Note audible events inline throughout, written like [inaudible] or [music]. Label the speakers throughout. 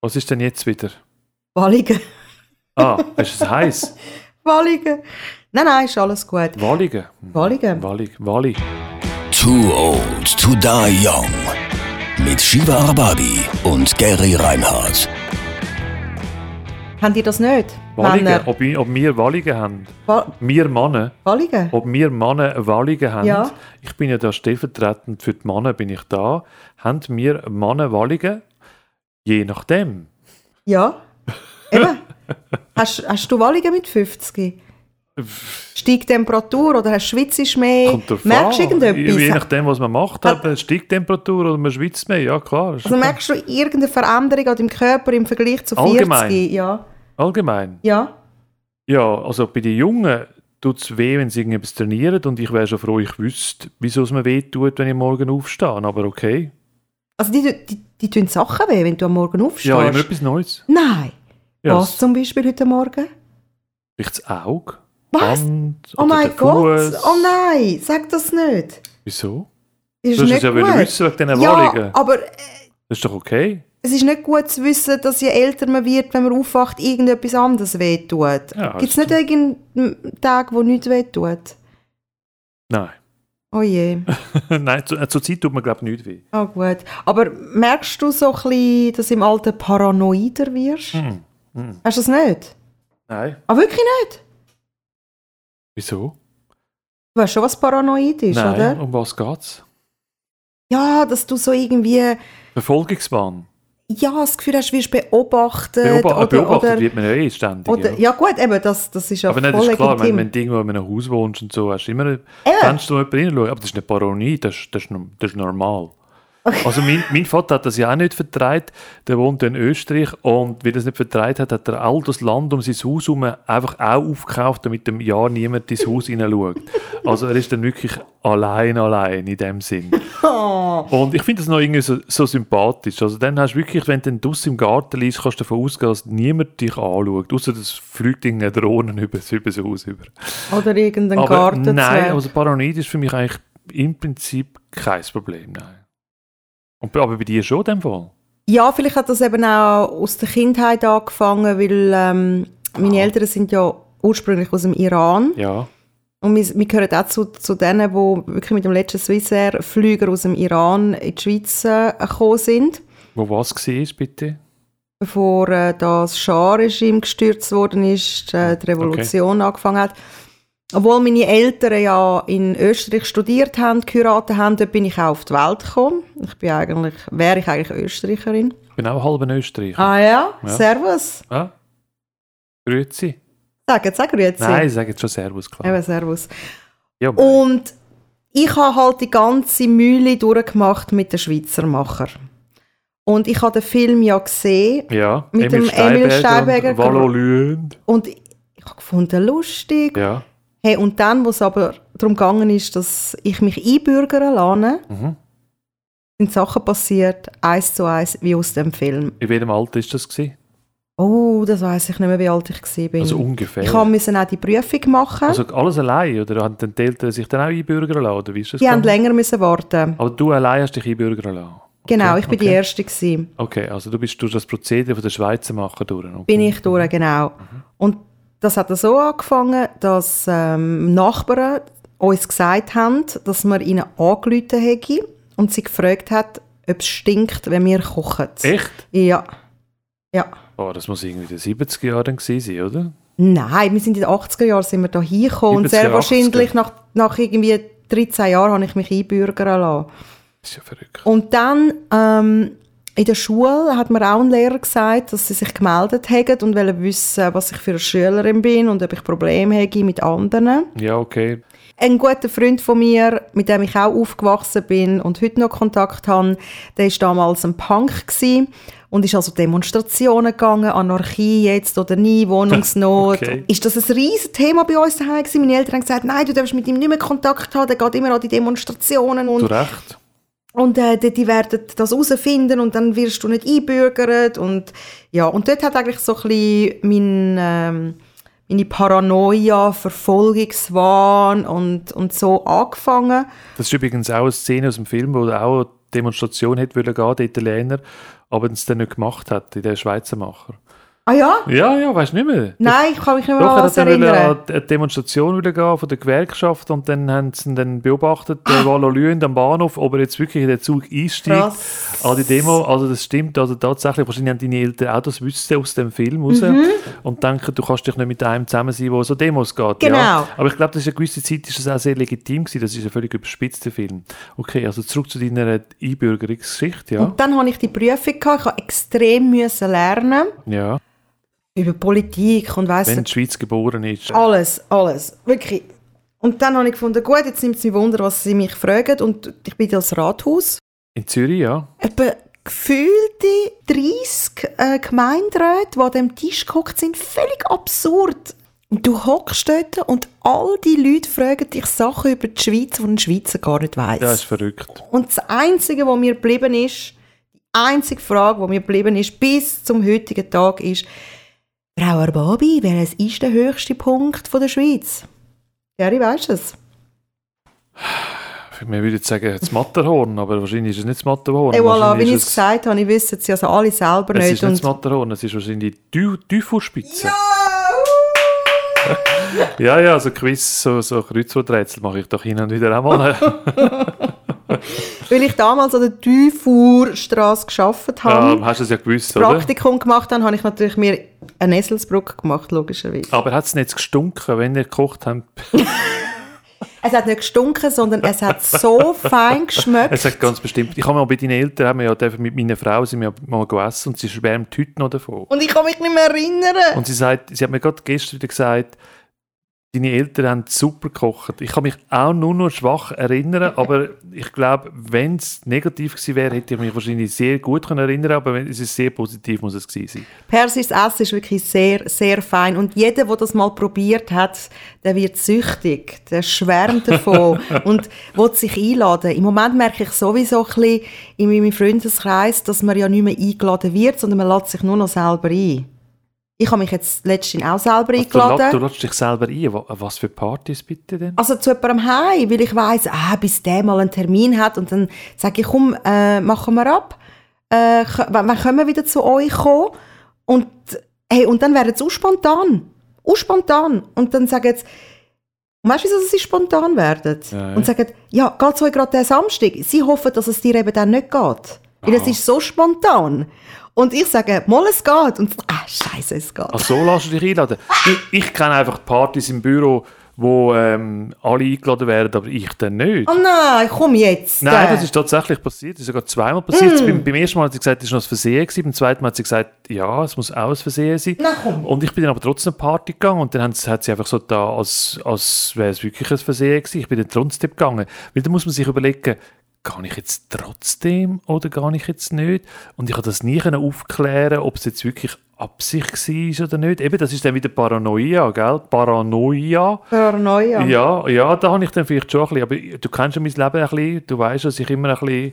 Speaker 1: Was ist denn jetzt wieder?
Speaker 2: [laughs] Walligen.
Speaker 1: Ah, ist es heiß?
Speaker 2: Walligen. Nein, nein, ist alles gut.
Speaker 1: Walligen.
Speaker 2: Walligen.
Speaker 1: Wallig, Wallig.
Speaker 3: Too Old to Die Young. Mit Shiva Arbabi und Gary Reinhardt.
Speaker 2: Habt ihr das nicht?
Speaker 1: Walligen.
Speaker 2: Männer?
Speaker 1: Ob, i- ob wir Walligen haben?
Speaker 2: Wa-
Speaker 1: Wir Männer?
Speaker 2: Walligen?
Speaker 1: Ob wir Männer Walligen haben?
Speaker 2: Ja.
Speaker 1: Ich bin ja da stellvertretend für die Männer, bin ich da. Haben wir Männer Walligen? Je nachdem. [laughs]
Speaker 2: Ja. Eben. hast, hast du Walligen mit 50? Steigt die Temperatur oder hast schwitzisch mehr?
Speaker 1: Kommt drauf
Speaker 2: Merkst du
Speaker 1: an. Je
Speaker 2: irgendetwas?
Speaker 1: nachdem, was man macht,
Speaker 2: Ah.
Speaker 1: eben, steigt die Temperatur oder man schwitzt mehr. Ja, klar.
Speaker 2: Also merkst du irgendeine Veränderung an deinem Körper im Vergleich zu 40?
Speaker 1: Allgemein.
Speaker 2: Ja.
Speaker 1: Allgemein.
Speaker 2: Ja.
Speaker 1: Ja, also bei den Jungen tut es weh, wenn sie irgendetwas trainieren. Und ich wäre schon froh, ich wüsste, wieso es mir weh tut, wenn ich morgen aufstehe. Aber okay.
Speaker 2: Also die, die, die tun Sachen weh, wenn du am Morgen aufstehst.
Speaker 1: Ja, immer etwas Neues.
Speaker 2: Nein.
Speaker 1: Ja,
Speaker 2: Was zum Beispiel heute Morgen?
Speaker 1: Vielleicht das Auge.
Speaker 2: Was?
Speaker 1: Hand,
Speaker 2: Oh
Speaker 1: oder
Speaker 2: mein
Speaker 1: der
Speaker 2: Gott.
Speaker 1: Fuss.
Speaker 2: Oh nein, sag das nicht.
Speaker 1: Wieso?
Speaker 2: Ist
Speaker 1: Du hast es
Speaker 2: nicht
Speaker 1: ja
Speaker 2: gut.
Speaker 1: wollen wissen wegen diesen
Speaker 2: ja,
Speaker 1: Warnungen.
Speaker 2: aber äh,
Speaker 1: Das ist doch okay.
Speaker 2: es ist nicht gut zu wissen, dass je älter man wird, wenn man aufwacht, irgendetwas anderes wehtut.
Speaker 1: Ja,
Speaker 2: Gibt
Speaker 1: ist
Speaker 2: es nicht irgendeinen Tag, wo nichts wehtut? [laughs]
Speaker 1: Nein.
Speaker 2: Oh
Speaker 1: [laughs]
Speaker 2: je.
Speaker 1: Nein, zu, äh, zur Zeit tut mir, glaube ich, nichts weh.
Speaker 2: Oh gut. Aber merkst du so ein bisschen, dass du im Alter paranoider wirst?
Speaker 1: Mhm. Mhm.
Speaker 2: Hast du das nicht?
Speaker 1: Nein.
Speaker 2: Ah, wirklich nicht?
Speaker 1: Wieso?
Speaker 2: Du weißt schon, was paranoid ist,
Speaker 1: Nein.
Speaker 2: oder?
Speaker 1: Um was geht's?
Speaker 2: Ja, dass du so irgendwie
Speaker 1: Verfolgungswahn.
Speaker 2: ja, das Gefühl hast, du wirst beobachtet.
Speaker 1: Beoba
Speaker 2: Äh, oder,
Speaker 1: beobachtet
Speaker 2: oder,
Speaker 1: wird man ja eh ständig.
Speaker 2: oder,
Speaker 1: ja.
Speaker 2: ja gut, eben, das, das ist ja
Speaker 1: Aber
Speaker 2: voll
Speaker 1: nein, das ist klar, wenn,
Speaker 2: legitim.
Speaker 1: wenn du irgendwo in einem Haus wohnst und so, hast du immer Fenster, wo jemand reinschaut. Aber das ist nicht Paranoie, das, ist- das, ist norm- das ist normal. Also mein, mein Vater hat das ja auch nicht vertreibt, der wohnt in Österreich und wie das nicht vertreibt hat, hat er all das Land um sein Haus herum einfach auch aufgekauft, damit im Jahr niemand ins Haus hineinschaut. Also er ist dann wirklich allein, allein in dem Sinn. Und ich finde das noch irgendwie so, so sympathisch. Also dann hast du wirklich, wenn du dann draussen im Garten liegst, kannst du davon ausgehen, dass niemand dich anschaut, außer das fliegt irgendeine Drohne über, über das Haus über.
Speaker 2: Oder irgendein
Speaker 1: Aber
Speaker 2: Gartenzwerg.
Speaker 1: nein, also Paranoid ist für mich eigentlich im Prinzip kein Problem, nein. Und, aber bei dir schon in dem Fall?
Speaker 2: Ja, vielleicht hat das eben auch aus der Kindheit angefangen, weil ähm, meine Eltern sind ja ursprünglich aus dem Iran.
Speaker 1: Ja.
Speaker 2: Und wir, wir gehören auch zu, zu denen, die wirklich mit dem letzten Swissair Flüger aus dem Iran in die Schweiz äh, gekommen sind,
Speaker 1: Wo was war, bitte?
Speaker 2: bevor äh, das Schah-Regime gestürzt worden ist, äh, die Revolution angefangen hat. Obwohl meine Eltern ja in Österreich studiert haben, geheiratet haben, dort bin ich auch auf die Welt gekommen. Ich bin eigentlich, wäre ich eigentlich Österreicherin.
Speaker 1: Ich bin auch halb in Österreich.
Speaker 2: Ah ja,
Speaker 1: Ja.
Speaker 2: Servus.
Speaker 1: Ja? Grüezi.
Speaker 2: Sag jetzt, sag Grüezi.
Speaker 1: Nein, ich sage jetzt schon Servus, klar.
Speaker 2: Eben, Oh. Servus.
Speaker 1: Ja, Mann.
Speaker 2: Und ich habe halt die ganze Mühle durchgemacht mit den Schweizer Macher. Und ich habe den Film ja gesehen
Speaker 1: ja.
Speaker 2: Mit dem Emil Steinberger-
Speaker 1: und Valo Lünd.
Speaker 2: und ich habe gefunden, lustig.
Speaker 1: Ja.
Speaker 2: Hey, und dann, wo es aber darum gegangen ist, dass ich mich einbürgern lasse,
Speaker 1: Mhm.
Speaker 2: sind Sachen passiert, eins zu eins, wie aus dem Film.
Speaker 1: In welchem Alter ist das? Gewesen?
Speaker 2: Oh, das weiß ich nicht mehr, wie alt ich war.
Speaker 1: Also ungefähr.
Speaker 2: ich musste auch die Prüfung machen.
Speaker 1: also alles allein, oder haben dann die Eltern sich dann auch einbürgern lassen? Oder wie ist das
Speaker 2: die haben
Speaker 1: gegangen?
Speaker 2: länger müssen warten.
Speaker 1: Aber du allein hast dich einbürgern lassen?
Speaker 2: genau,
Speaker 1: okay,
Speaker 2: ich bin die
Speaker 1: okay.
Speaker 2: Erste. Gewesen.
Speaker 1: Okay, also du bist durch das Prozedere von der Schweizer machen durch. Okay.
Speaker 2: bin ich durch, genau. Und das hat dann so angefangen, dass ähm, Nachbarn uns gesagt haben, dass wir ihnen angerufen hätten und sie gefragt hat, ob es stinkt, wenn wir kochen.
Speaker 1: Echt?
Speaker 2: Ja. Ja.
Speaker 1: Oh, das muss irgendwie in den 70er Jahren gewesen sein, oder?
Speaker 2: Nein, wir sind in den 80er Jahren sind wir da hingekommen und
Speaker 1: 70er,
Speaker 2: sehr wahrscheinlich
Speaker 1: 80er.
Speaker 2: nach, nach irgendwie 13 Jahren habe ich mich einbürgern lassen.
Speaker 1: Das ist ja verrückt.
Speaker 2: Und dann ähm, in der Schule hat mir auch ein Lehrer gesagt, dass sie sich gemeldet haben und wollen wissen, was ich für eine Schülerin bin und ob ich Probleme habe mit anderen.
Speaker 1: Ja, okay.
Speaker 2: Ein guter Freund von mir, mit dem ich auch aufgewachsen bin und heute noch Kontakt habe, der war damals ein Punk gewesen und ist also Demonstrationen gegangen, Anarchie jetzt oder nie, Wohnungsnot.
Speaker 1: Okay.
Speaker 2: Ist das ein riesen Thema bei uns daheim gewesen? Meine Eltern haben gesagt, nein, du darfst mit ihm nicht mehr Kontakt haben, der geht immer an die Demonstrationen und
Speaker 1: Zu Recht.
Speaker 2: und äh, die, die werden das herausfinden und dann wirst du nicht einbürgert. Und, ja, und dort hat eigentlich so ein bisschen mein, ähm, meine Paranoia, Verfolgungswahn und, und so angefangen.
Speaker 1: Das ist übrigens auch eine Szene aus dem Film, wo auch eine Demonstration hätte wollen gehen, die Italiener. aber es dann nicht gemacht hat, in der Schweizer Macher.
Speaker 2: Ah ja?
Speaker 1: Ja, ja, weißt du nicht mehr.
Speaker 2: Nein, ich kann mich nicht mehr
Speaker 1: Doch,
Speaker 2: an
Speaker 1: er
Speaker 2: was
Speaker 1: hat dann wollen
Speaker 2: erinnern.
Speaker 1: an eine Demonstration wollen gehen von der Gewerkschaft und dann haben sie ihn dann beobachtet, der Valo Lüend am Bahnhof, ob er jetzt wirklich in den Zug einsteigt.
Speaker 2: Krass.
Speaker 1: An die Demo, also das stimmt, also tatsächlich, wahrscheinlich haben deine Eltern auch das Wissen aus dem Film raus
Speaker 2: Mhm.
Speaker 1: und denken, du kannst dich nicht mit einem zusammen sein, wo so Demos geht.
Speaker 2: Genau.
Speaker 1: Ja. Aber ich glaube, das ist eine gewisse Zeit ist das auch sehr legitim gewesen, das ist ein völlig überspitzter Film. Okay, also zurück zu deiner Einbürgerungsgeschichte, ja.
Speaker 2: Und dann habe ich die Prüfung gehabt. Ich habe extrem müssen lernen
Speaker 1: Ja,
Speaker 2: über Politik und weiss
Speaker 1: wenn
Speaker 2: der
Speaker 1: in der Schweiz geboren ist.
Speaker 2: Alles, alles. Wirklich. Und dann habe ich gefunden, gut, jetzt nimmt es mich Wunder, was sie mich fragen. Und ich bin als Rathaus.
Speaker 1: In Zürich, ja.
Speaker 2: Etwa gefühlte 30 äh, Gemeinderäte, die an dem Tisch gehockt sind. Völlig absurd. Und du hockst dort und all die Leute fragen dich Sachen über die Schweiz, die ein Schweizer gar nicht weiss.
Speaker 1: Das ist verrückt.
Speaker 2: Und das Einzige, was mir geblieben ist, die einzige Frage, die mir geblieben ist bis zum heutigen Tag, ist, Frau Arbabi, welches ist der höchste Punkt von der Schweiz? Gary, weißt du es?
Speaker 1: Wir würden sagen, das Matterhorn, aber wahrscheinlich ist es nicht das Matterhorn.
Speaker 2: Et voilà,
Speaker 1: Wahrscheinlich
Speaker 2: wie ich
Speaker 1: ist
Speaker 2: es gesagt habe, ich wüsste es also alle selber
Speaker 1: es
Speaker 2: nicht.
Speaker 1: ist nicht das
Speaker 2: Und
Speaker 1: Matterhorn, es ist wahrscheinlich die Teufelspitze. Ja, ja, so Quiz, so, so Kreuzworträtsel mache ich doch hin und wieder einmal.
Speaker 2: weil ich damals an der Teufuhrstrasse gearbeitet
Speaker 1: ja,
Speaker 2: habe,
Speaker 1: Ähm, hast du es ja gewusst, oder?
Speaker 2: Praktikum gemacht habe, habe ich natürlich mir eine Nesselsbrücke gemacht, logischerweise.
Speaker 1: Aber hat es nicht gestunken, wenn ihr gekocht habt?
Speaker 2: Es hat nicht gestunken, sondern es hat so fein geschmeckt.
Speaker 1: Es hat ganz bestimmt. Ich habe mal bei deinen Eltern, haben wir ja dürfen mit meiner Frau sind wir mal gegessen und sie schwärmt heute noch davon.
Speaker 2: Und ich kann mich nicht mehr erinnern.
Speaker 1: Und sie sagt, sie hat mir gerade gestern wieder gesagt, deine Eltern haben super gekocht. Ich kann mich auch nur noch schwach erinnern, aber ich glaube, wenn es negativ gewesen wäre, hätte ich mich wahrscheinlich sehr gut können erinnern aber wenn- es ist sehr positiv, muss es gewesen sein.
Speaker 2: Persisches Essen ist wirklich sehr, sehr fein. Und jeder, der das mal probiert hat, der wird süchtig. Der schwärmt davon und will sich einladen. Im Moment merke ich sowieso ein bisschen in meinem Freundeskreis, dass man ja nicht mehr eingeladen wird, sondern man lädt sich nur noch selber ein. Ich habe mich jetzt letztens auch selber
Speaker 1: Du, la- du
Speaker 2: eingeladen.
Speaker 1: lässt dich selber ein. Wa- Was für Partys bitte denn?
Speaker 2: Also zu jemandem heim, weil ich weiss, ah, bis der mal einen Termin hat und dann sage ich, komm, äh, machen wir ab. Äh, k- wann wann können wir wieder zu euch kommen? Und, hey, und dann wäre es auch spontan. Auch spontan. Und dann sagen sie, und weißt du, wieso sie spontan werden?
Speaker 1: ja.
Speaker 2: Und sagen, ja, geht es euch gerade den Samstag? Sie hoffen, dass es dir eben dann nicht geht. Weil
Speaker 1: Ah.
Speaker 2: es ist so spontan. Und ich sage, mal, es geht. Und ah, scheiße, es geht.
Speaker 1: Ach so, lässt du dich einladen? Ich, ich kenne einfach Partys im Büro, wo ähm, alle eingeladen werden, aber ich dann nicht.
Speaker 2: Oh nein, komm jetzt.
Speaker 1: Nein, das ist tatsächlich passiert. Das ist sogar zweimal passiert.
Speaker 2: Hm.
Speaker 1: Beim, beim ersten Mal hat sie gesagt, es war noch ein Versehen. Gewesen. Beim zweiten Mal hat sie gesagt, ja, es muss auch ein Versehen sein.
Speaker 2: Na komm.
Speaker 1: Und ich bin dann aber trotzdem eine Party gegangen und dann haben sie- hat sie einfach so da, als, als wäre es wirklich ein Versehen gewesen. Ich bin dann trotzdem gegangen. Weil da muss man sich überlegen, gehe ich jetzt trotzdem oder gehe ich jetzt nicht? Und ich habe das nie können aufklären, ob es jetzt wirklich Absicht war oder nicht. Eben, das ist dann wieder Paranoia, gell? Paranoia.
Speaker 2: Paranoia.
Speaker 1: Ja, ja, da habe ich dann vielleicht schon ein bisschen, aber ich- du kennst ja mein Leben ein bisschen, du weißt, dass ich immer ein bisschen,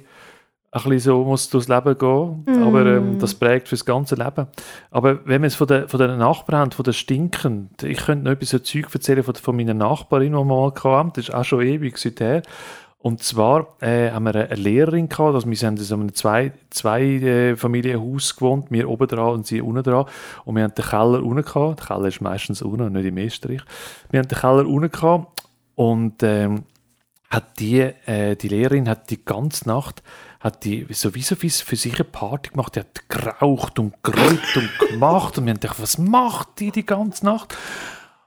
Speaker 1: ein bisschen so muss durchs Leben gehen, aber ähm, das prägt fürs ganze Leben. Aber wenn wir es von den von den Nachbarn haben, von den Stinken, ich könnte noch etwas so Zeug erzählen von, von meiner Nachbarin, die wir mal kam, das ist auch schon ewig seither. Und zwar äh, haben wir eine eine Lehrerin gehabt, also wir haben in so einem zwei, zwei äh, Familienhaus gewohnt, wir oben dran und sie unten dran. Und wir haben den Keller unten gehabt. Der Keller ist meistens unten, nicht im Österreich. Wir haben den Keller unten gehabt und ähm, hat die, äh, die Lehrerin hat die ganze Nacht hat die sowieso für, für sich eine Party gemacht. Die hat geraucht und geräumt und gemacht. Und wir haben gedacht, was macht die die ganze Nacht?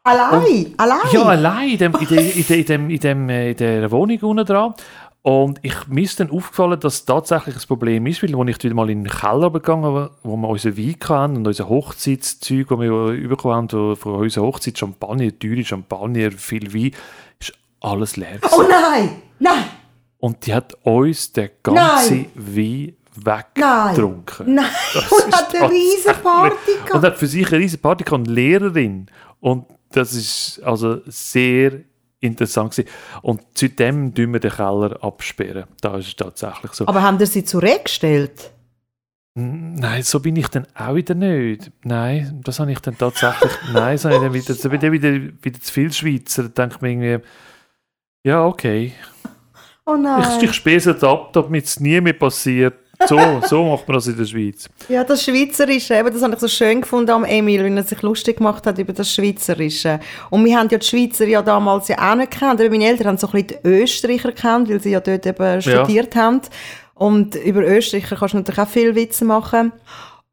Speaker 2: Allein, allein.
Speaker 1: Ja, allein in, dem, in, der, in, der, in, dem, in, dem, äh, in der Wohnung unten dran. Und ich, mir ist dann aufgefallen, dass tatsächlich ein Problem ist, weil als ich wieder mal in den Keller gegangen war, wo wir unseren Wein hatten und unser Hochzeitszeug, das wir bekommen haben, wo- von unserer Hochzeit, Champagner, teure Champagner, viel Wein, ist alles leer. gewesen.
Speaker 2: Oh nein, nein,
Speaker 1: Und die hat uns den ganzen Wein weggetrunken.
Speaker 2: nein. Und hat eine riesen Party
Speaker 1: Und
Speaker 2: gehabt.
Speaker 1: hat für sich eine riesige Party gehabt, und Lehrerin. Und das ist also sehr interessant gewesen. Und zudem tun wir den Keller absperren. Da ist es tatsächlich so.
Speaker 2: Aber haben ihr sie zurechtgestellt?
Speaker 1: Nein, so bin ich dann auch wieder nicht. Nein, das habe ich dann tatsächlich. [laughs] nein, so habe ich dann wieder, so bin ich wieder, wieder zu viel Schweizer. Da denke ich mir irgendwie, ja, okay.
Speaker 2: Oh nein. Oh,
Speaker 1: Ich, ich spiele es ab, damit es nie mehr passiert. [laughs] So, so macht man das in der Schweiz.
Speaker 2: Ja, das Schweizerische, eben, das habe ich so schön gefunden am Emil, wenn er sich lustig gemacht hat über das Schweizerische. Und wir haben ja die Schweizer ja damals ja auch nicht gekannt. Meine Eltern haben so ein bisschen die Österreicher gekannt, weil sie ja dort eben studiert haben. Und über Österreicher kannst du natürlich auch viel Witze machen.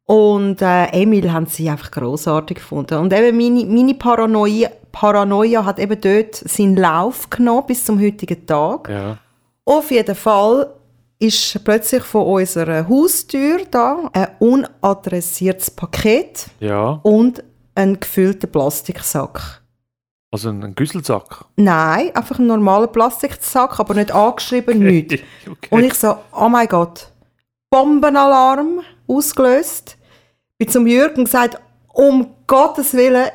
Speaker 2: Und äh, Emil haben sie einfach großartig gefunden. Und eben meine, meine Paranoia, Paranoia hat eben dort seinen Lauf genommen bis zum heutigen Tag.
Speaker 1: Ja.
Speaker 2: Auf jeden Fall ist plötzlich von unserer Haustür da ein unadressiertes Paket
Speaker 1: Ja.
Speaker 2: und ein gefüllter Plastiksack.
Speaker 1: Also ein, ein Güsselsack.
Speaker 2: Nein, einfach ein normaler Plastiksack, aber nicht angeschrieben, nichts.
Speaker 1: [laughs] Okay.
Speaker 2: Und ich so, oh mein Gott, Bombenalarm ausgelöst. Bin zum Jürgen gesagt, um Gottes Willen,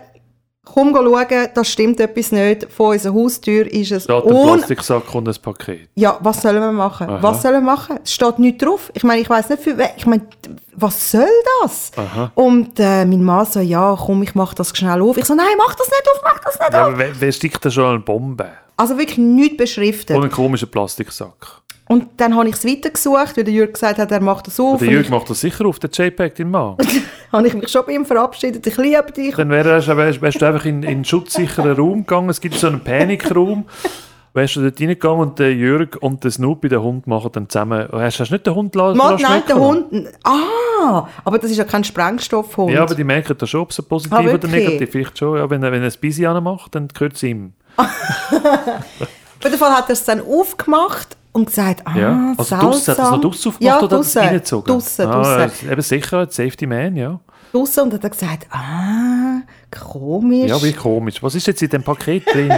Speaker 2: komm schauen, da stimmt etwas nicht. Vor unserer Haustür ist es
Speaker 1: da hat ein
Speaker 2: un
Speaker 1: Plastiksack und ein Paket.
Speaker 2: ja, was sollen wir machen?
Speaker 1: Aha.
Speaker 2: Was sollen wir machen? Es steht nichts drauf. Ich meine, ich weiß nicht für wen. Ich meine, d- was soll das?
Speaker 1: Aha.
Speaker 2: Und äh, mein Mann so, ja, komm, ich mach das schnell auf. Ich so, nein, mach das nicht auf, mach das nicht
Speaker 1: Ja,
Speaker 2: auf.
Speaker 1: aber wer, wer steckt da schon eine Bombe?
Speaker 2: Also wirklich nichts beschriftet.
Speaker 1: Und
Speaker 2: Und,
Speaker 1: einen komischen Plastiksack.
Speaker 2: dann habe ich es weitergesucht, weil der Jürg gesagt hat, er macht das auf.
Speaker 1: Der
Speaker 2: Und
Speaker 1: Jürg macht das sicher auf, der JPEG, dein Mann. [laughs]
Speaker 2: ich- Habe ich mich schon bei ihm verabschiedet. Ich liebe dich.
Speaker 1: Dann wärst, du- wärst, wärst du einfach in, in einen schutzsicheren Raum gegangen. Es gibt so einen Panikraum. Wärst du dort reingegangen und der Jürg und der Snoopy, der Hund, machen dann zusammen. Hast, hast du nicht den Hund la-
Speaker 2: Mann,
Speaker 1: lassen
Speaker 2: nein, der
Speaker 1: schmecken?
Speaker 2: Hund. Ah, aber das ist ja kein Sprengstoffhund.
Speaker 1: Ja, aber die merken da schon, ob es positiv
Speaker 2: Ah,
Speaker 1: oder
Speaker 2: wirklich?
Speaker 1: negativ Vielleicht schon. Ja, wenn, er, wenn er ein Busy macht, dann gehört es ihm.
Speaker 2: Auf jeden Fall hat er es dann aufgemacht und gesagt, ah,
Speaker 1: Ja. Also draussen, hat er es noch draussen aufgemacht oder
Speaker 2: ja,
Speaker 1: hat er es
Speaker 2: draussen,
Speaker 1: reingezogen?
Speaker 2: draussen,
Speaker 1: Ah,
Speaker 2: draussen.
Speaker 1: ja, eben sicher, Safety Man, ja.
Speaker 2: draussen und hat er gesagt, ah, komisch.
Speaker 1: Ja,
Speaker 2: [laughs]
Speaker 1: wie komisch. Was ist jetzt in dem Paket drin?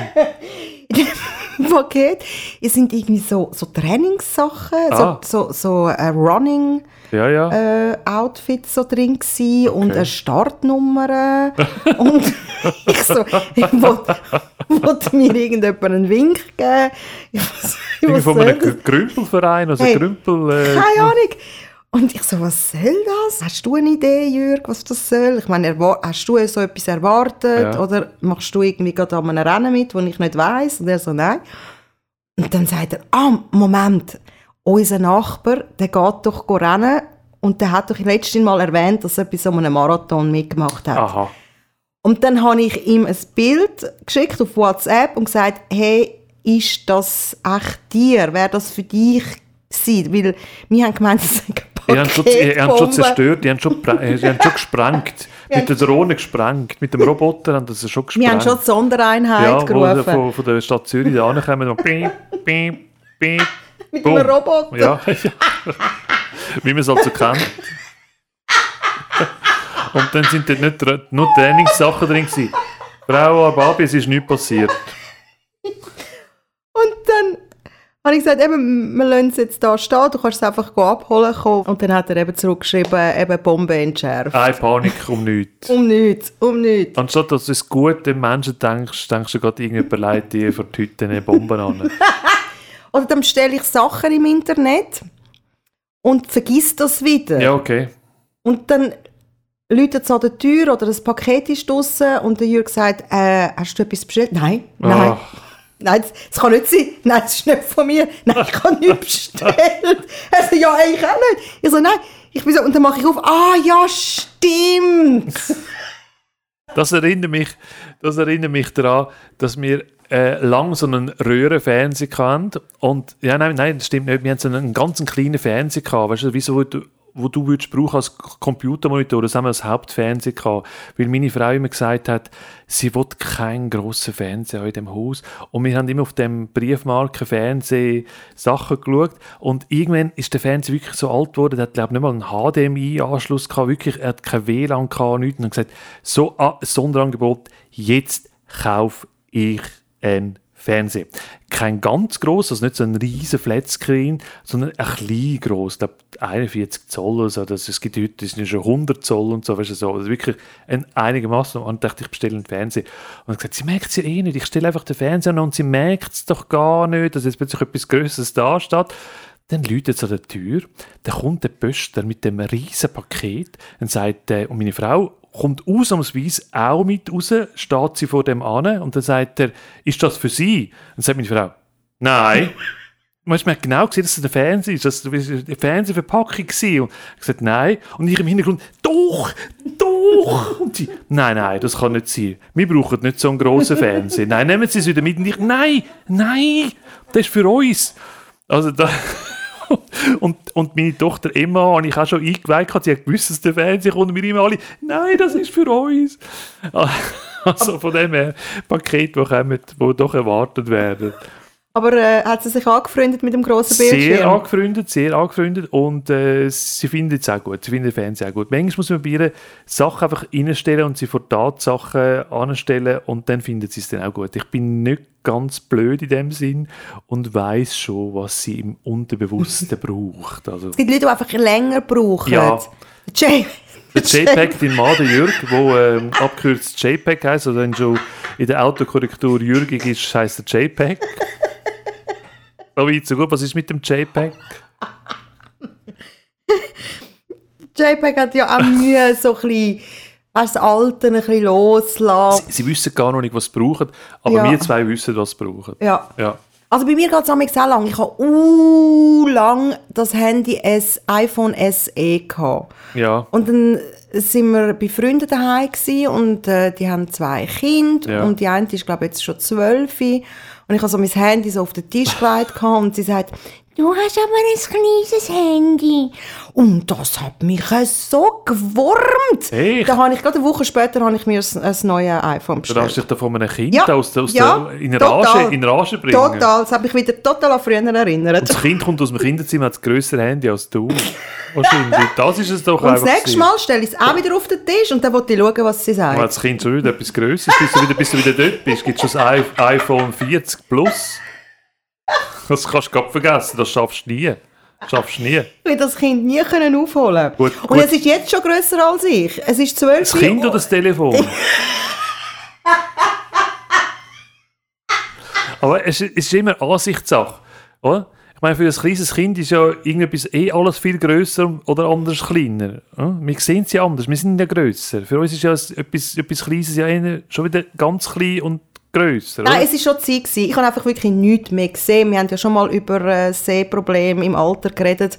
Speaker 2: Im Paket es sind irgendwie so, so Trainingssachen,
Speaker 1: Ah.
Speaker 2: so, so, so äh, Running
Speaker 1: Ja, ja.
Speaker 2: äh, Outfits so drin gsi und eine Startnummer [laughs] und ich so, ich wollte wollt mir irgendjemand einen Wink geben. Ich, was,
Speaker 1: Irgendwie
Speaker 2: was
Speaker 1: von
Speaker 2: soll
Speaker 1: einem
Speaker 2: das?
Speaker 1: Gr- Grümpelverein, also
Speaker 2: Hey.
Speaker 1: Grümpel... Äh,
Speaker 2: Keine Ahnung. Und ich so, was soll das? Hast du eine Idee, Jürg, was das soll? Ich meine, erwar- hast du so etwas erwartet?
Speaker 1: Ja.
Speaker 2: Oder machst du irgendwie gerade an einem Rennen mit, wo ich nicht weiss? Und er so, nein. Und dann sagt er, ah, Moment, unser Nachbar, der geht doch go rennen und der hat doch letztes Mal erwähnt, dass er bei so einem Marathon mitgemacht hat.
Speaker 1: Aha.
Speaker 2: Und dann habe ich ihm ein Bild geschickt auf WhatsApp und gesagt, hey, ist das echt dir? Wäre das für dich gewesen? Weil wir haben gemeint, [laughs] es sei
Speaker 1: Die
Speaker 2: eine
Speaker 1: haben, schon, die haben schon
Speaker 2: Paketbombe.
Speaker 1: zerstört, die haben schon, gepre- äh, die haben schon
Speaker 2: [laughs]
Speaker 1: gesprengt. mit der Drohne gesprengt, mit dem Roboter haben das schon
Speaker 2: Wir haben
Speaker 1: gesprengt.
Speaker 2: schon die Sondereinheit
Speaker 1: ja, wo sie
Speaker 2: gerufen.
Speaker 1: von, von der Stadt Zürich da ankommen
Speaker 2: [laughs]
Speaker 1: und bim, bim, bim.
Speaker 2: mit
Speaker 1: Boom.
Speaker 2: einem Roboter.
Speaker 1: Ja, ja. [laughs] Wie man es also kennt. Und dann sind dort nicht tra- nur Trainingssachen drin gewesen. Frau Arbabi, es ist nichts passiert.
Speaker 2: Und dann habe ich gesagt, eben, wir lassen es jetzt da stehen, du kannst es einfach go abholen kommen. Und dann hat er eben zurückgeschrieben, eben Bombe entschärft.
Speaker 1: Keine Panik um nichts.
Speaker 2: Um nichts, um nichts.
Speaker 1: Anstatt dass du es gut den Menschen denkst, denkst du gerade, irgendjemand leitet dir für die Hütte eine Bombe an.
Speaker 2: Oder Also dann bestelle ich Sachen im Internet und vergiss das wieder.
Speaker 1: Ja, okay.
Speaker 2: Und dann läutet es an der Tür oder das Paket ist draussen und der Jürg sagt, äh, hast du etwas bestellt? Nein, nein.
Speaker 1: Ah.
Speaker 2: Nein, das, das kann nicht sein. Nein, das ist nicht von mir. Nein, ich habe nichts bestellt. [laughs] Er so, ja, ich auch nicht. Ich so, nein. Ich bin so, und dann mache ich auf, ah ja, stimmt.
Speaker 1: [laughs] Das erinnert mich, das erinnert mich daran, dass wir äh, lang so einen Röhrenfernseher hatten. Und, ja, nein, nein, das stimmt nicht. Wir hatten so einen ganz kleinen Fernseher gehabt, weißt du, wie so, wo du, wo du würdest brauchen als K- Computermonitor. Das haben wir als Hauptfernseher gehabt. Weil meine Frau immer gesagt hat, sie will keinen grossen Fernseher in dem Haus. Und wir haben immer auf dem Briefmarken Fernseh Sachen geschaut. Und irgendwann ist der Fernseher wirklich so alt geworden, der hat, glaube ich, nicht mal einen HDMI-Anschluss gehabt, wirklich, er hat kein WLAN gehabt, nichts. Und hat gesagt, so ein Sonderangebot, jetzt kaufe ich einen Fernseher. Kein ganz gross, also nicht so ein riesen Flatscreen, sondern ein klein gross, ich glaube 41 Zoll oder so. Das, es gibt heute, das sind ja schon 100 Zoll und so, weißt du, so. Also wirklich ein einigermaßen. Und ich dachte, ich bestelle einen Fernseher. Und dann gesagt, sie merkt es ja eh nicht, ich stelle einfach den Fernseher an und sie merkt es doch gar nicht, dass jetzt plötzlich etwas Größeres da steht. Dann läutet es an der Tür, dann kommt der Pöster mit dem riesen Paket und sagt, äh, und meine Frau kommt ausnahmsweise auch mit raus, steht sie vor dem an und dann sagt er, ist das für Sie? Und sagt meine Frau, nein. Weißt, man hat genau gesehen, dass es ein Fernseher ist, dass es eine Fernsehverpackung war. Und ich gesagt, nein. Und ich im Hintergrund, doch, doch. Und sie, nein, nein, das kann nicht sein. Wir brauchen nicht so einen grossen Fernseher. Nein, nehmen Sie es wieder mit. Und ich, nein, nein, das ist für uns. Also da... [laughs] Und, und meine Tochter Emma habe ich auch schon eingeweiht, sie hat gewusst, dass der Fernseher kommt und wir immer alle, nein, das ist für uns. [laughs] Also von dem her, Paket, wo kommen, wo doch erwartet werden.
Speaker 2: Aber äh, hat sie sich angefreundet mit dem grossen Bildschirm?
Speaker 1: Sehr angefreundet, sehr angefreundet und äh, sie findet es auch gut, sie findet den Fernseher auch gut. Manchmal muss man bei ihr Sachen einfach reinstellen und sie vor Tatsachen anstellen und dann findet sie es dann auch gut. Ich bin nicht ganz blöd in dem Sinn und weiß schon, was sie im Unterbewussten braucht. Also,
Speaker 2: Es gibt Leute, die einfach länger brauchen.
Speaker 1: Ja.
Speaker 2: Jay.
Speaker 1: der JPEG, dein Mann, der Jürg, wo ähm, abkürzt JPEG heisst, also wenn schon in der Autokorrektur Jürgig ist, heisst er JPEG. So weit, so gut. Was ist mit dem JPEG?
Speaker 2: JPEG hat ja auch Mühe, so ein bisschen das Alte ein bisschen
Speaker 1: Sie,
Speaker 2: loszulassen.
Speaker 1: sie wissen gar noch nicht, was sie brauchen, aber
Speaker 2: Ja.
Speaker 1: wir zwei wissen, was sie brauchen.
Speaker 2: Ja.
Speaker 1: Ja.
Speaker 2: Also bei mir geht es auch sehr lang. Ich habe uh, lang das Handy S, iPhone SE gehabt.
Speaker 1: Ja.
Speaker 2: Und dann sind wir bei Freunden daheim gewesen und äh, die haben zwei Kinder
Speaker 1: Ja.
Speaker 2: und die eine ist glaube jetzt schon zwölf und ich habe so mein Handy so auf den Tisch gelegt gehabt und sie sagt, du hast aber ein kleines Handy und das hat mich äh, so gewurmt.
Speaker 1: Echt?
Speaker 2: Da habe ich gerade eine Woche später habe ich mir ein, ein neues iPhone
Speaker 1: Du darfst
Speaker 2: bestellt.
Speaker 1: dich da von einem Kind
Speaker 2: Ja,
Speaker 1: aus, der- aus
Speaker 2: ja,
Speaker 1: der, in,
Speaker 2: total.
Speaker 1: Rage, in Rage bringen.
Speaker 2: Total, das hat mich wieder total an früher erinnert.
Speaker 1: Das Kind kommt aus dem Kinderzimmer, hat ein grösseres Handy als du. Wahrscheinlich. Das ist es doch
Speaker 2: Und das nächste
Speaker 1: gewesen.
Speaker 2: Mal stelle ich es auch wieder auf den Tisch und dann wollte ich schauen, was sie
Speaker 1: Dann
Speaker 2: sagt.
Speaker 1: hat das Kind schon wieder etwas Größeres. Bis du wieder, bis du wieder dort bist, gibt es schon das I- iPhone 40 Plus. Das kannst du gerade vergessen, das schaffst du nie. Schaffst du nie.
Speaker 2: Ich will das Kind nie können aufholen
Speaker 1: Gut,
Speaker 2: Und
Speaker 1: gut.
Speaker 2: es ist jetzt schon grösser als ich. Es ist zwölf
Speaker 1: Das Kind oder das
Speaker 2: [laughs]
Speaker 1: Telefon? Aber es, ist- es ist immer Ansichtssache, oder? Ich meine, für ein kleines Kind ist ja irgendetwas eh alles viel grösser oder anders kleiner. oder? Wir sehen es ja anders, wir sind ja grösser. Für uns ist ja ein- etwas, etwas Kleines ja eher schon wieder ganz klein und grösser.
Speaker 2: Nein,
Speaker 1: oder?
Speaker 2: es war schon die Zeit. gewesen. Ich habe einfach wirklich nichts mehr gesehen. Wir haben ja schon mal über äh, Sehprobleme im Alter geredet.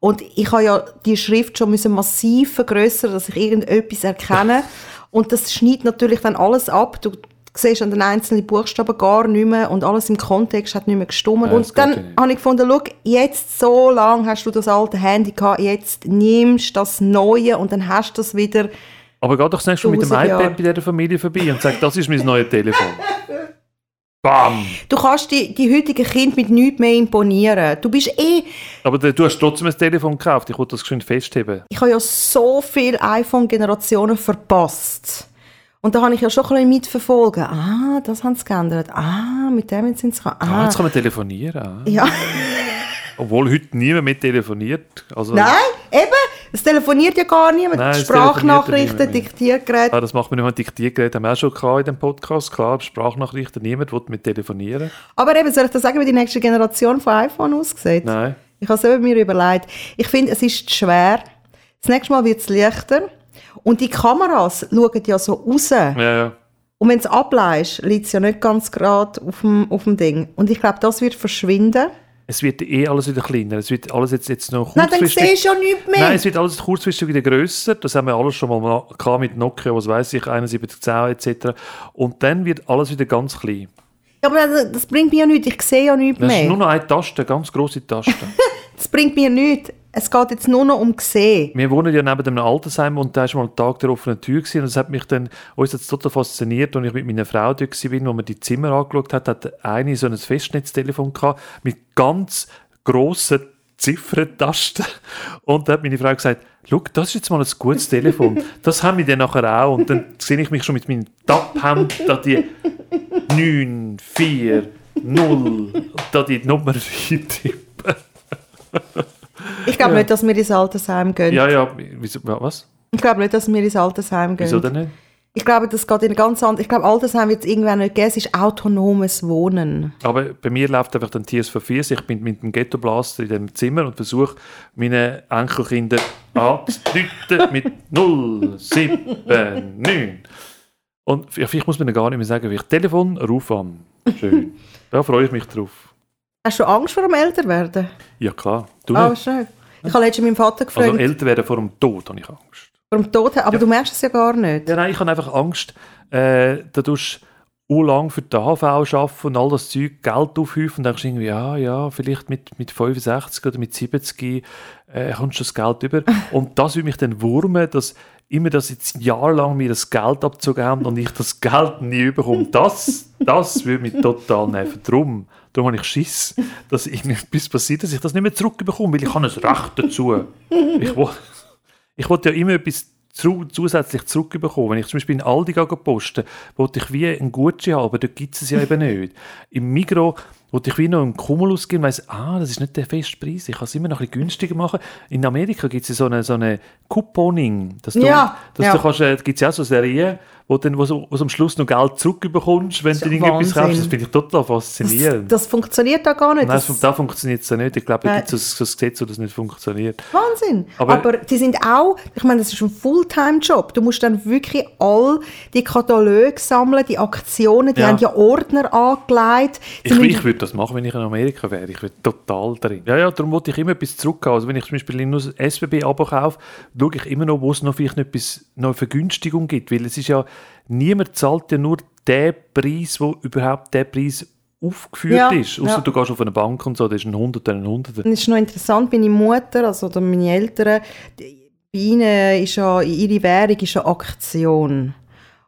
Speaker 2: Und ich habe ja die Schrift schon müssen massiv vergrößern, dass ich
Speaker 1: [laughs]
Speaker 2: irgendetwas erkenne. Und das schneidet natürlich dann alles ab. Du siehst an den einzelnen Buchstaben gar nicht mehr und alles im Kontext hat nicht mehr gestimmt.
Speaker 1: Nein, das geht
Speaker 2: und
Speaker 1: ja
Speaker 2: dann
Speaker 1: nicht.
Speaker 2: habe ich gefunden, schau, jetzt so lange hast du das alte Handy gehabt, jetzt nimmst du das Neue und dann hast du das wieder...
Speaker 1: Aber geh doch das nächste Mal mit dem
Speaker 2: Tausend
Speaker 1: iPad
Speaker 2: Jahre.
Speaker 1: bei dieser Familie vorbei und sag, das ist mein neues Telefon. Bam!
Speaker 2: Du kannst die, die heutigen Kinder mit nichts mehr imponieren. Du bist eh...
Speaker 1: Aber du hast trotzdem ein Telefon gekauft, ich wollte das geschwind festheben.
Speaker 2: ich habe ja so viele iPhone-Generationen verpasst. Und da habe ich ja schon ein bisschen mitverfolgen. Ah, das haben sie geändert. Ah, mit dem jetzt sind sie gekommen.
Speaker 1: Ah,
Speaker 2: Ah,
Speaker 1: jetzt kann man telefonieren. ah.
Speaker 2: ja. [laughs]
Speaker 1: Obwohl heute niemand mehr telefoniert. Also,
Speaker 2: Nein, eben. Es telefoniert ja gar niemand.
Speaker 1: Nein, es telefoniert
Speaker 2: Sprachnachrichten,
Speaker 1: ja niemand mehr.
Speaker 2: Diktiergeräte.
Speaker 1: Ah, das macht man nicht mehr. Diktiergerät haben wir auch schon gehabt in dem Podcast. Klar, Sprachnachrichten, niemand will mit telefonieren.
Speaker 2: Aber eben, soll ich dir sagen, wie die nächste Generation von iPhone aussieht?
Speaker 1: Nein.
Speaker 2: Ich habe es eben mir überlegt. Ich finde, es ist schwer. Das nächste Mal wird es leichter. Und die Kameras schauen ja so raus.
Speaker 1: Ja, ja.
Speaker 2: Und wenn es ableist, liegt es ja nicht ganz gerade auf dem, auf dem Ding. Und ich glaube, das wird verschwinden.
Speaker 1: Es wird eh alles wieder kleiner. Es wird alles jetzt, jetzt noch
Speaker 2: Nein, dann
Speaker 1: kurzfristig-
Speaker 2: siehst du ja nichts mehr.
Speaker 1: Nein, es wird alles kurzfristig wieder grösser. Das haben wir alles schon mal gehabt mit Nokia, was weiß ich, 7110 etc. Und dann wird alles wieder ganz klein.
Speaker 2: Ja, Aber das, das bringt mir ja nichts. Ich sehe ja nichts
Speaker 1: Das ist nur
Speaker 2: mehr.
Speaker 1: noch eine Taste, eine ganz grosse Taste.
Speaker 2: Das bringt mir nichts. Es geht jetzt nur noch um Sehen.
Speaker 1: Wir wohnen ja neben einem Altersheim und da war mal ein Tag der offenen Tür gewesen, und das hat mich dann, uns hat es total fasziniert, als ich mit meiner Frau dort gewesen bin, wo man die Zimmer angeschaut hat, hat eine so ein Festnetztelefon gehabt, mit ganz grossen Zifferntasten [laughs] und da hat meine Frau gesagt, schau, das ist jetzt mal ein gutes Telefon, das haben wir dann nachher auch und dann sehe ich mich schon mit meinem Tapphemd da die 9, 4, 0, da die Nummer [laughs] eintippen.
Speaker 2: Ich glaube nicht, dass wir ins Altersheim gehen.
Speaker 1: Ja, ja, wieso, was?
Speaker 2: Ich glaube nicht, dass wir ins Altersheim gehen.
Speaker 1: Wieso denn nicht?
Speaker 2: Ich glaube, das geht in eine ganz andere... Ich glaube, Altersheim wird es irgendwann nicht geben. Es ist autonomes Wohnen.
Speaker 1: Aber bei mir läuft einfach dann TSV 4. Ich bin mit dem Ghetto Blaster in dem Zimmer und versuche, meine Enkelkinder anzudeuten mit 0, 7, 9. Und ja, vielleicht muss man ihnen gar nicht mehr sagen, wie ich Telefon, ruf an. Schön. Da freue ich mich drauf.
Speaker 2: Hast du Angst vor dem Älterwerden?
Speaker 1: Ja, klar. Du
Speaker 2: Ah,
Speaker 1: nicht.
Speaker 2: schön. Ich habe letztens meinen Vater gefragt,
Speaker 1: Also älter werden vor dem Tod habe ich Angst.
Speaker 2: vor dem Tod, aber du merkst es ja gar nicht.
Speaker 1: Ja, nein, ich habe einfach Angst, äh, da tust du lang für die AHV arbeiten und all das Zeug Geld aufhäufen und denkst irgendwie, ja, ja, vielleicht mit, mit 65 oder mit 70 äh, kommst du das Geld über. Und das würde mich dann wurmen, dass immer das jetzt jahrelang mir das Geld abzogen haben und ich das Geld nie bekomme. Das, das würde mich total nerven. Drum, darum habe ich Schiss, dass irgendetwas passiert, dass ich das nicht mehr zurückbekomme, weil ich habe ein Recht dazu. Ich will, ich wollte ja immer etwas zu, zusätzlich zurückbekommen. Wenn ich zum Beispiel in Aldi gehe poste, wollte ich wie einen Gutschein haben, aber dort gibt es ja eben nicht. Im Migro wollte ich wie noch einen Cumulus geben, weiss, ah, das ist nicht der Festpreis, ich kann es immer noch ein bisschen günstiger machen. In Amerika gibt es ja so eine, so eine Couponing, dass du,
Speaker 2: Ja,
Speaker 1: dass
Speaker 2: ja.
Speaker 1: du kannst, äh, da gibt es ja auch so Serien, wo du dann, wo, so- wo du am Schluss noch Geld zurückbekommst, wenn
Speaker 2: ist
Speaker 1: du
Speaker 2: ja
Speaker 1: irgendetwas
Speaker 2: Wahnsinn.
Speaker 1: kaufst. Das finde ich total faszinierend.
Speaker 2: Das funktioniert da gar nicht.
Speaker 1: Nein,
Speaker 2: Das
Speaker 1: das, da funktioniert es ja nicht. Ich glaube, da
Speaker 2: Nein.
Speaker 1: gibt es so ein Gesetz, wo das nicht funktioniert.
Speaker 2: Wahnsinn.
Speaker 1: Aber-
Speaker 2: Aber, die sind auch, ich meine, das ist ein Fulltime-Job. Du musst dann wirklich all die Kataloge sammeln, die Aktionen, die
Speaker 1: Ja.
Speaker 2: haben ja Ordner angelegt.
Speaker 1: Ich,
Speaker 2: Sie müssen-
Speaker 1: ich würde das machen, wenn ich in Amerika wäre. Ich würde total drin. Ja, ja, darum wollte ich immer etwas zurückhaben. Also wenn ich zum Beispiel nur ein SBB-Abo kaufe, schaue ich immer noch, wo es noch vielleicht noch, etwas, noch eine Vergünstigung gibt. Weil es ist ja, niemand zahlt ja nur den Preis, wo überhaupt der Preis aufgeführt
Speaker 2: Ja,
Speaker 1: ist. Außer
Speaker 2: ja.
Speaker 1: du gehst auf eine Bank und so, da ist ein Hunderter, ein Hunderter.
Speaker 2: Und es ist noch interessant, meine Mutter, also oder meine Eltern, die- bei ihnen ist ja, ihre Währung ist eine Aktion.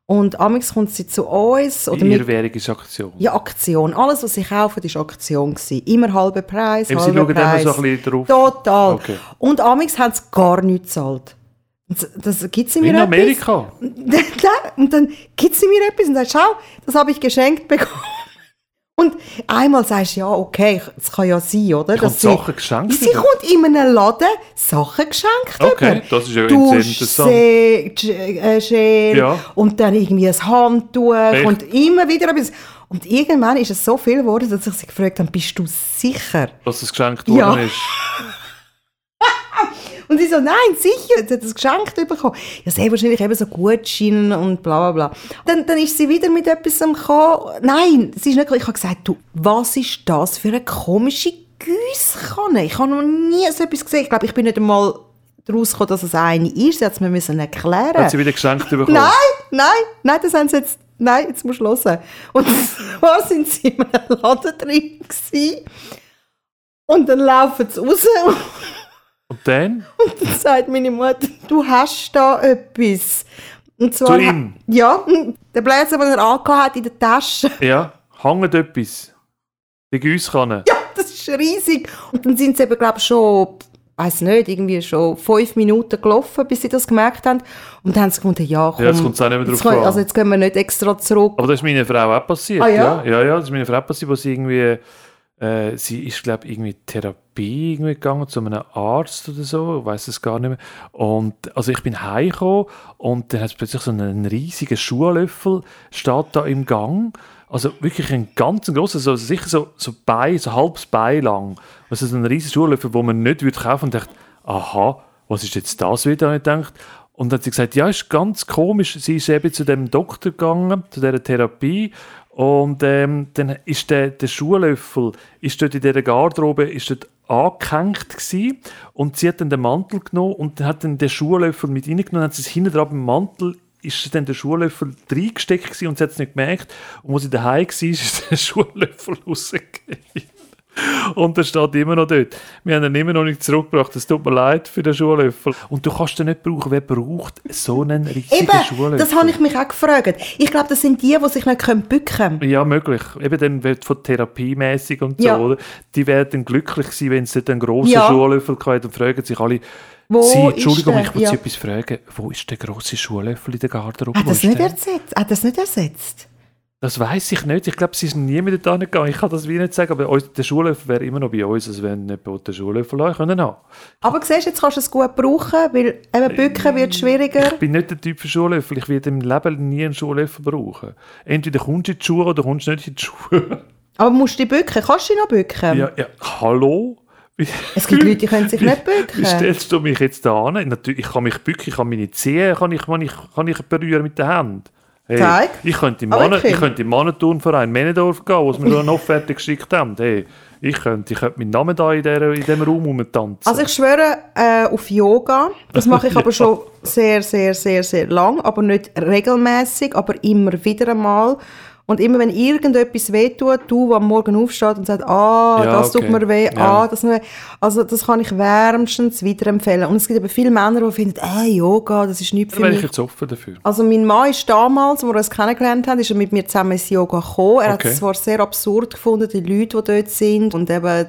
Speaker 2: Und amigs kommt sie zu uns. Oder mit,
Speaker 1: Irrwährungsaktion.
Speaker 2: ja, Aktion. Alles, was sie kaufen, ist Aktion. Gewesen. Immer halber Preis,
Speaker 1: Eben, sie
Speaker 2: halber
Speaker 1: schauen immer
Speaker 2: Preis.
Speaker 1: so ein bisschen drauf.
Speaker 2: Total.
Speaker 1: Okay.
Speaker 2: Und amigs haben sie gar nichts gezahlt. Und s- Das gibt sie mir
Speaker 1: In
Speaker 2: etwas.
Speaker 1: Amerika.
Speaker 2: [laughs] Dann- und dann gibt sie mir etwas und sagt, schau, das habe ich geschenkt bekommen. Und einmal sagst du, ja, okay, es kann ja sein, oder?
Speaker 1: kommt Sachen geschenkt
Speaker 2: Sie
Speaker 1: über.
Speaker 2: kommt in einem Laden Sachen geschenkt
Speaker 1: Okay,
Speaker 2: über.
Speaker 1: das ist ja
Speaker 2: Du
Speaker 1: sehr interessant.
Speaker 2: Se- G- äh, Gel
Speaker 1: Ja.
Speaker 2: und dann irgendwie ein Handtuch
Speaker 1: Echt?
Speaker 2: und immer wieder etwas. Und irgendwann ist es so viel geworden, dass ich sie gefragt habe, bist du sicher?
Speaker 1: Dass es geschenkt worden
Speaker 2: Ja.
Speaker 1: ist.
Speaker 2: Und sie so, nein, sicher, sie hat das geschenkt bekommen. Ja, sehr wahrscheinlich eben so Gutscheine und bla bla bla. Dann, dann ist sie wieder mit etwas am gekommen. Nein, sie ist nicht gekommen. Ich habe gesagt, du, was ist das für eine komische Gießkanne? Ich habe noch nie so etwas gesehen. Ich glaube, ich bin nicht einmal daraus gekommen, dass es eine ist. Sie hat es mir müssen erklären
Speaker 1: Hat sie wieder geschenkt bekommen.
Speaker 2: Nein, nein, nein, das haben sie jetzt. Nein, jetzt musst du hören. Und [laughs] zwar sind sie in einem Laden drin. Gewesen. Und dann laufen sie raus
Speaker 1: Und dann?
Speaker 2: und dann sagt meine Mutter, du hast da etwas. Und zwar
Speaker 1: Zu ihm?
Speaker 2: Ja, hm, der Bläser, den er angehabt hat in der Tasche. [laughs]
Speaker 1: Ja, hängt etwas. Die Giesskanne.
Speaker 2: Ja, das ist riesig. Und dann sind sie eben, glaube ich, schon, weiß nicht, irgendwie schon fünf Minuten gelaufen, bis sie das gemerkt haben. Und dann haben sie gefunden, ja, komm.
Speaker 1: Ja, jetzt kommt's auch nicht mehr
Speaker 2: jetzt
Speaker 1: drauf
Speaker 2: können-
Speaker 1: an.
Speaker 2: Also jetzt können wir nicht extra zurück.
Speaker 1: Aber das ist meiner Frau auch passiert.
Speaker 2: Ah, ja?
Speaker 1: ja? Ja, ja, das ist meiner Frau passiert, wo sie irgendwie, äh, sie ist, glaube ich, irgendwie in Therapie irgendwie gegangen zu einem Arzt oder so, ich weiß es gar nicht mehr. Und also ich bin heimgekommen und dann hat es plötzlich so einen riesigen Schuhlöffel, steht da im Gang. Also wirklich ein ganz grosser, so, sicher so, so Bein, so halbes Bein lang. Also so ein riesiger Schuhlöffel, wo man nicht würde kaufen und dachte, aha, was ist jetzt das wieder? Und ich dachte, und dann hat sie gesagt, ja, ist ganz komisch. Sie ist eben zu dem Doktor gegangen, zu dieser Therapie. Und ähm, dann ist der, der Schuhlöffel ist dort in dieser Garderobe ist dort angehängt gewesen. Und sie hat dann den Mantel genommen und hat dann den Schuhlöffel mit reingenommen. Hat sie es hinten dran beim Mantel ist dann der Schuhlöffel reingesteckt gewesen und sie hat es nicht gemerkt. Und als sie daheim war, ist [laughs] der Schuhlöffel rausgegangen. [laughs] Und er steht immer noch dort. Wir haben ihn immer noch nicht zurückgebracht. Es tut mir leid für den Schuhlöffel. Und du kannst den nicht brauchen. Wer braucht so einen richtigen Schuhlöffel?
Speaker 2: Eben, das habe ich mich auch gefragt. Ich glaube, das sind die, die sich nicht können bücken können.
Speaker 1: Ja, möglich. Eben dann wird von therapiemäßig und so,
Speaker 2: Ja.
Speaker 1: oder? Die werden glücklich sein, wenn sie dort einen grossen
Speaker 2: Ja.
Speaker 1: Schuhlöffel gehabt haben und fragen sich alle,
Speaker 2: Wo
Speaker 1: sie,
Speaker 2: ist
Speaker 1: Entschuldigung,
Speaker 2: der?
Speaker 1: ich wollte
Speaker 2: Ja.
Speaker 1: Sie etwas fragen. Wo ist der grosse Schuhlöffel in der Garderobe?
Speaker 2: Hat
Speaker 1: Wo
Speaker 2: das
Speaker 1: ist
Speaker 2: nicht
Speaker 1: der?
Speaker 2: ersetzt? Hat das nicht ersetzt?
Speaker 1: Das weiß ich nicht. Ich glaube, sie ist nie mit dort gegangen. Ich kann das wie nicht sagen, aber uns- der Schuhlöffel wäre immer noch bei uns, als wenn nicht den Schuhlöffel haben können. Auch.
Speaker 2: Aber siehst du, jetzt kannst du es gut brauchen, weil eben bücken wird schwieriger.
Speaker 1: Ich bin nicht der Typ für Schuhlöffel. Ich werde im Leben nie einen Schuhlöffel brauchen. Entweder kommst du in die Schuhe oder kommst du nicht in die Schuhe.
Speaker 2: Aber musst du dich bücken? Kannst du dich noch bücken?
Speaker 1: Ja, ja, hallo? Wie-
Speaker 2: Es gibt Leute, die können sich Ähm. nicht
Speaker 1: [laughs]
Speaker 2: bücken.
Speaker 1: Wie stellst du mich jetzt da an? Natürlich, ich kann mich bücken, ich kann meine Zehen kann ich, kann ich, kann ich berühren mit der Hand. Hey,
Speaker 2: Zeig.
Speaker 1: Ich könnte im
Speaker 2: Ah,
Speaker 1: Manne-
Speaker 2: wirklich?
Speaker 1: ich könnte im Mannenturnverein Menedorf gehen, wo sie mir so eine Offerte geschickt haben. Hey, ich könnte, ich könnte meinen Namen da in, der, in diesem Raum rumtanzen.
Speaker 2: Also ich schwöre äh, auf Yoga. Das mache ich aber schon sehr, sehr, sehr, sehr lang, aber nicht regelmäßig, aber immer wieder einmal. Und immer wenn irgendetwas wehtut, du, der am Morgen aufsteht und sagt, ah,
Speaker 1: Ja,
Speaker 2: das
Speaker 1: okay.
Speaker 2: tut mir weh,
Speaker 1: Ja.
Speaker 2: ah, das tut mir weh. Also das kann ich wärmstens weiterempfehlen. Und es gibt eben viele Männer, die finden, ah, Yoga, das ist nichts
Speaker 1: da
Speaker 2: für
Speaker 1: wäre ich
Speaker 2: mich.
Speaker 1: jetzt offen dafür.
Speaker 2: Also mein Mann ist damals, als wir uns kennengelernt haben, ist er mit mir zusammen ins Yoga gekommen. Er hat
Speaker 1: Okay.
Speaker 2: es zwar sehr absurd gefunden, die Leute, die dort sind und eben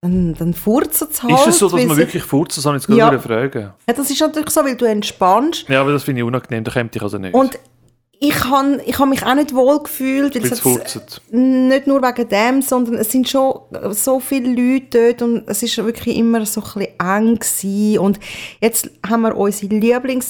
Speaker 2: dann, dann furzen zu
Speaker 1: Ist es so, dass
Speaker 2: weil
Speaker 1: man
Speaker 2: sie-
Speaker 1: wirklich furzt? Das habe ich jetzt gerade
Speaker 2: Ja.
Speaker 1: wieder fragen.
Speaker 2: Ja, das ist natürlich so, weil du entspannst.
Speaker 1: Ja, aber das finde ich unangenehm, da kommt ich also nicht.
Speaker 2: Und ich habe ich han mich auch nicht wohl gefühlt, weil
Speaker 1: Weil es
Speaker 2: es jetzt äh,
Speaker 1: furzt.
Speaker 2: nicht nur wegen dem, sondern es sind schon so viele Leute dort und es ist wirklich immer so ein bisschen eng gewesen. Und jetzt haben wir unsere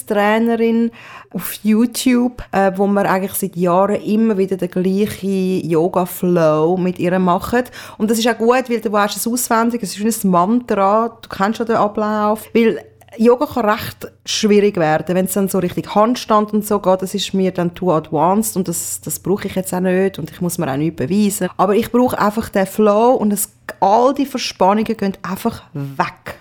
Speaker 2: Lieblingstrainerin auf YouTube, äh, wo wir eigentlich seit Jahren immer wieder den gleichen Yoga-Flow mit ihr machen. Und das ist auch gut, weil du weißt es auswendig, es ist wie ein Mantra, du kennst schon den Ablauf, weil Yoga kann recht schwierig werden, wenn es dann so richtig Handstand und so geht. Das ist mir dann too advanced und das, das brauche ich jetzt auch nicht und ich muss mir auch nicht beweisen. Aber ich brauche einfach den Flow und es, all die Verspannungen gehen einfach weg.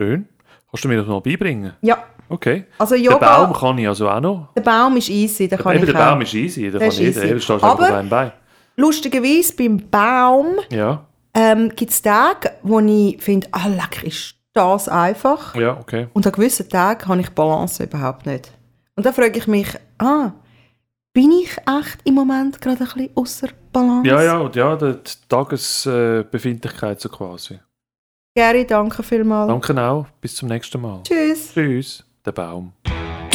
Speaker 1: Schön. Kannst du mir das noch beibringen?
Speaker 2: Ja,
Speaker 1: Okay.
Speaker 2: also
Speaker 1: Den Baum
Speaker 2: Yoga,
Speaker 1: kann ich also auch noch.
Speaker 2: der Baum ist easy, da kann
Speaker 1: Eben,
Speaker 2: ich
Speaker 1: der Baum
Speaker 2: auch.
Speaker 1: ist easy, da kann
Speaker 2: Der ist
Speaker 1: jeder.
Speaker 2: easy.
Speaker 1: Eben, stehst du
Speaker 2: Aber-
Speaker 1: einfach auf einem Bein.
Speaker 2: Lustigerweise beim Baum
Speaker 1: Ja,
Speaker 2: ähm, gibt es Tage, wo ich finde, ah leck, ist das einfach.
Speaker 1: ja, okay.
Speaker 2: Und an gewissen Tagen habe ich Balance überhaupt nicht. Und dann frage ich mich, ah, bin ich echt im Moment gerade ein bisschen außer Balance?
Speaker 1: Ja, ja, und ja, die Tagesbefindlichkeit so quasi.
Speaker 2: Gary, danke vielmals.
Speaker 1: Danke auch, bis zum nächsten Mal.
Speaker 2: Tschüss.
Speaker 1: Tschüss, der Baum.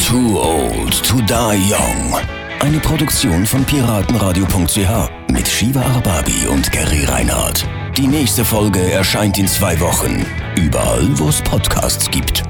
Speaker 3: Too Old to Die Young. Eine Produktion von Piratenradio.ch mit Shiva Arbabi und Gary Reinhardt. Die nächste Folge erscheint in zwei Wochen. Überall, wo es Podcasts gibt.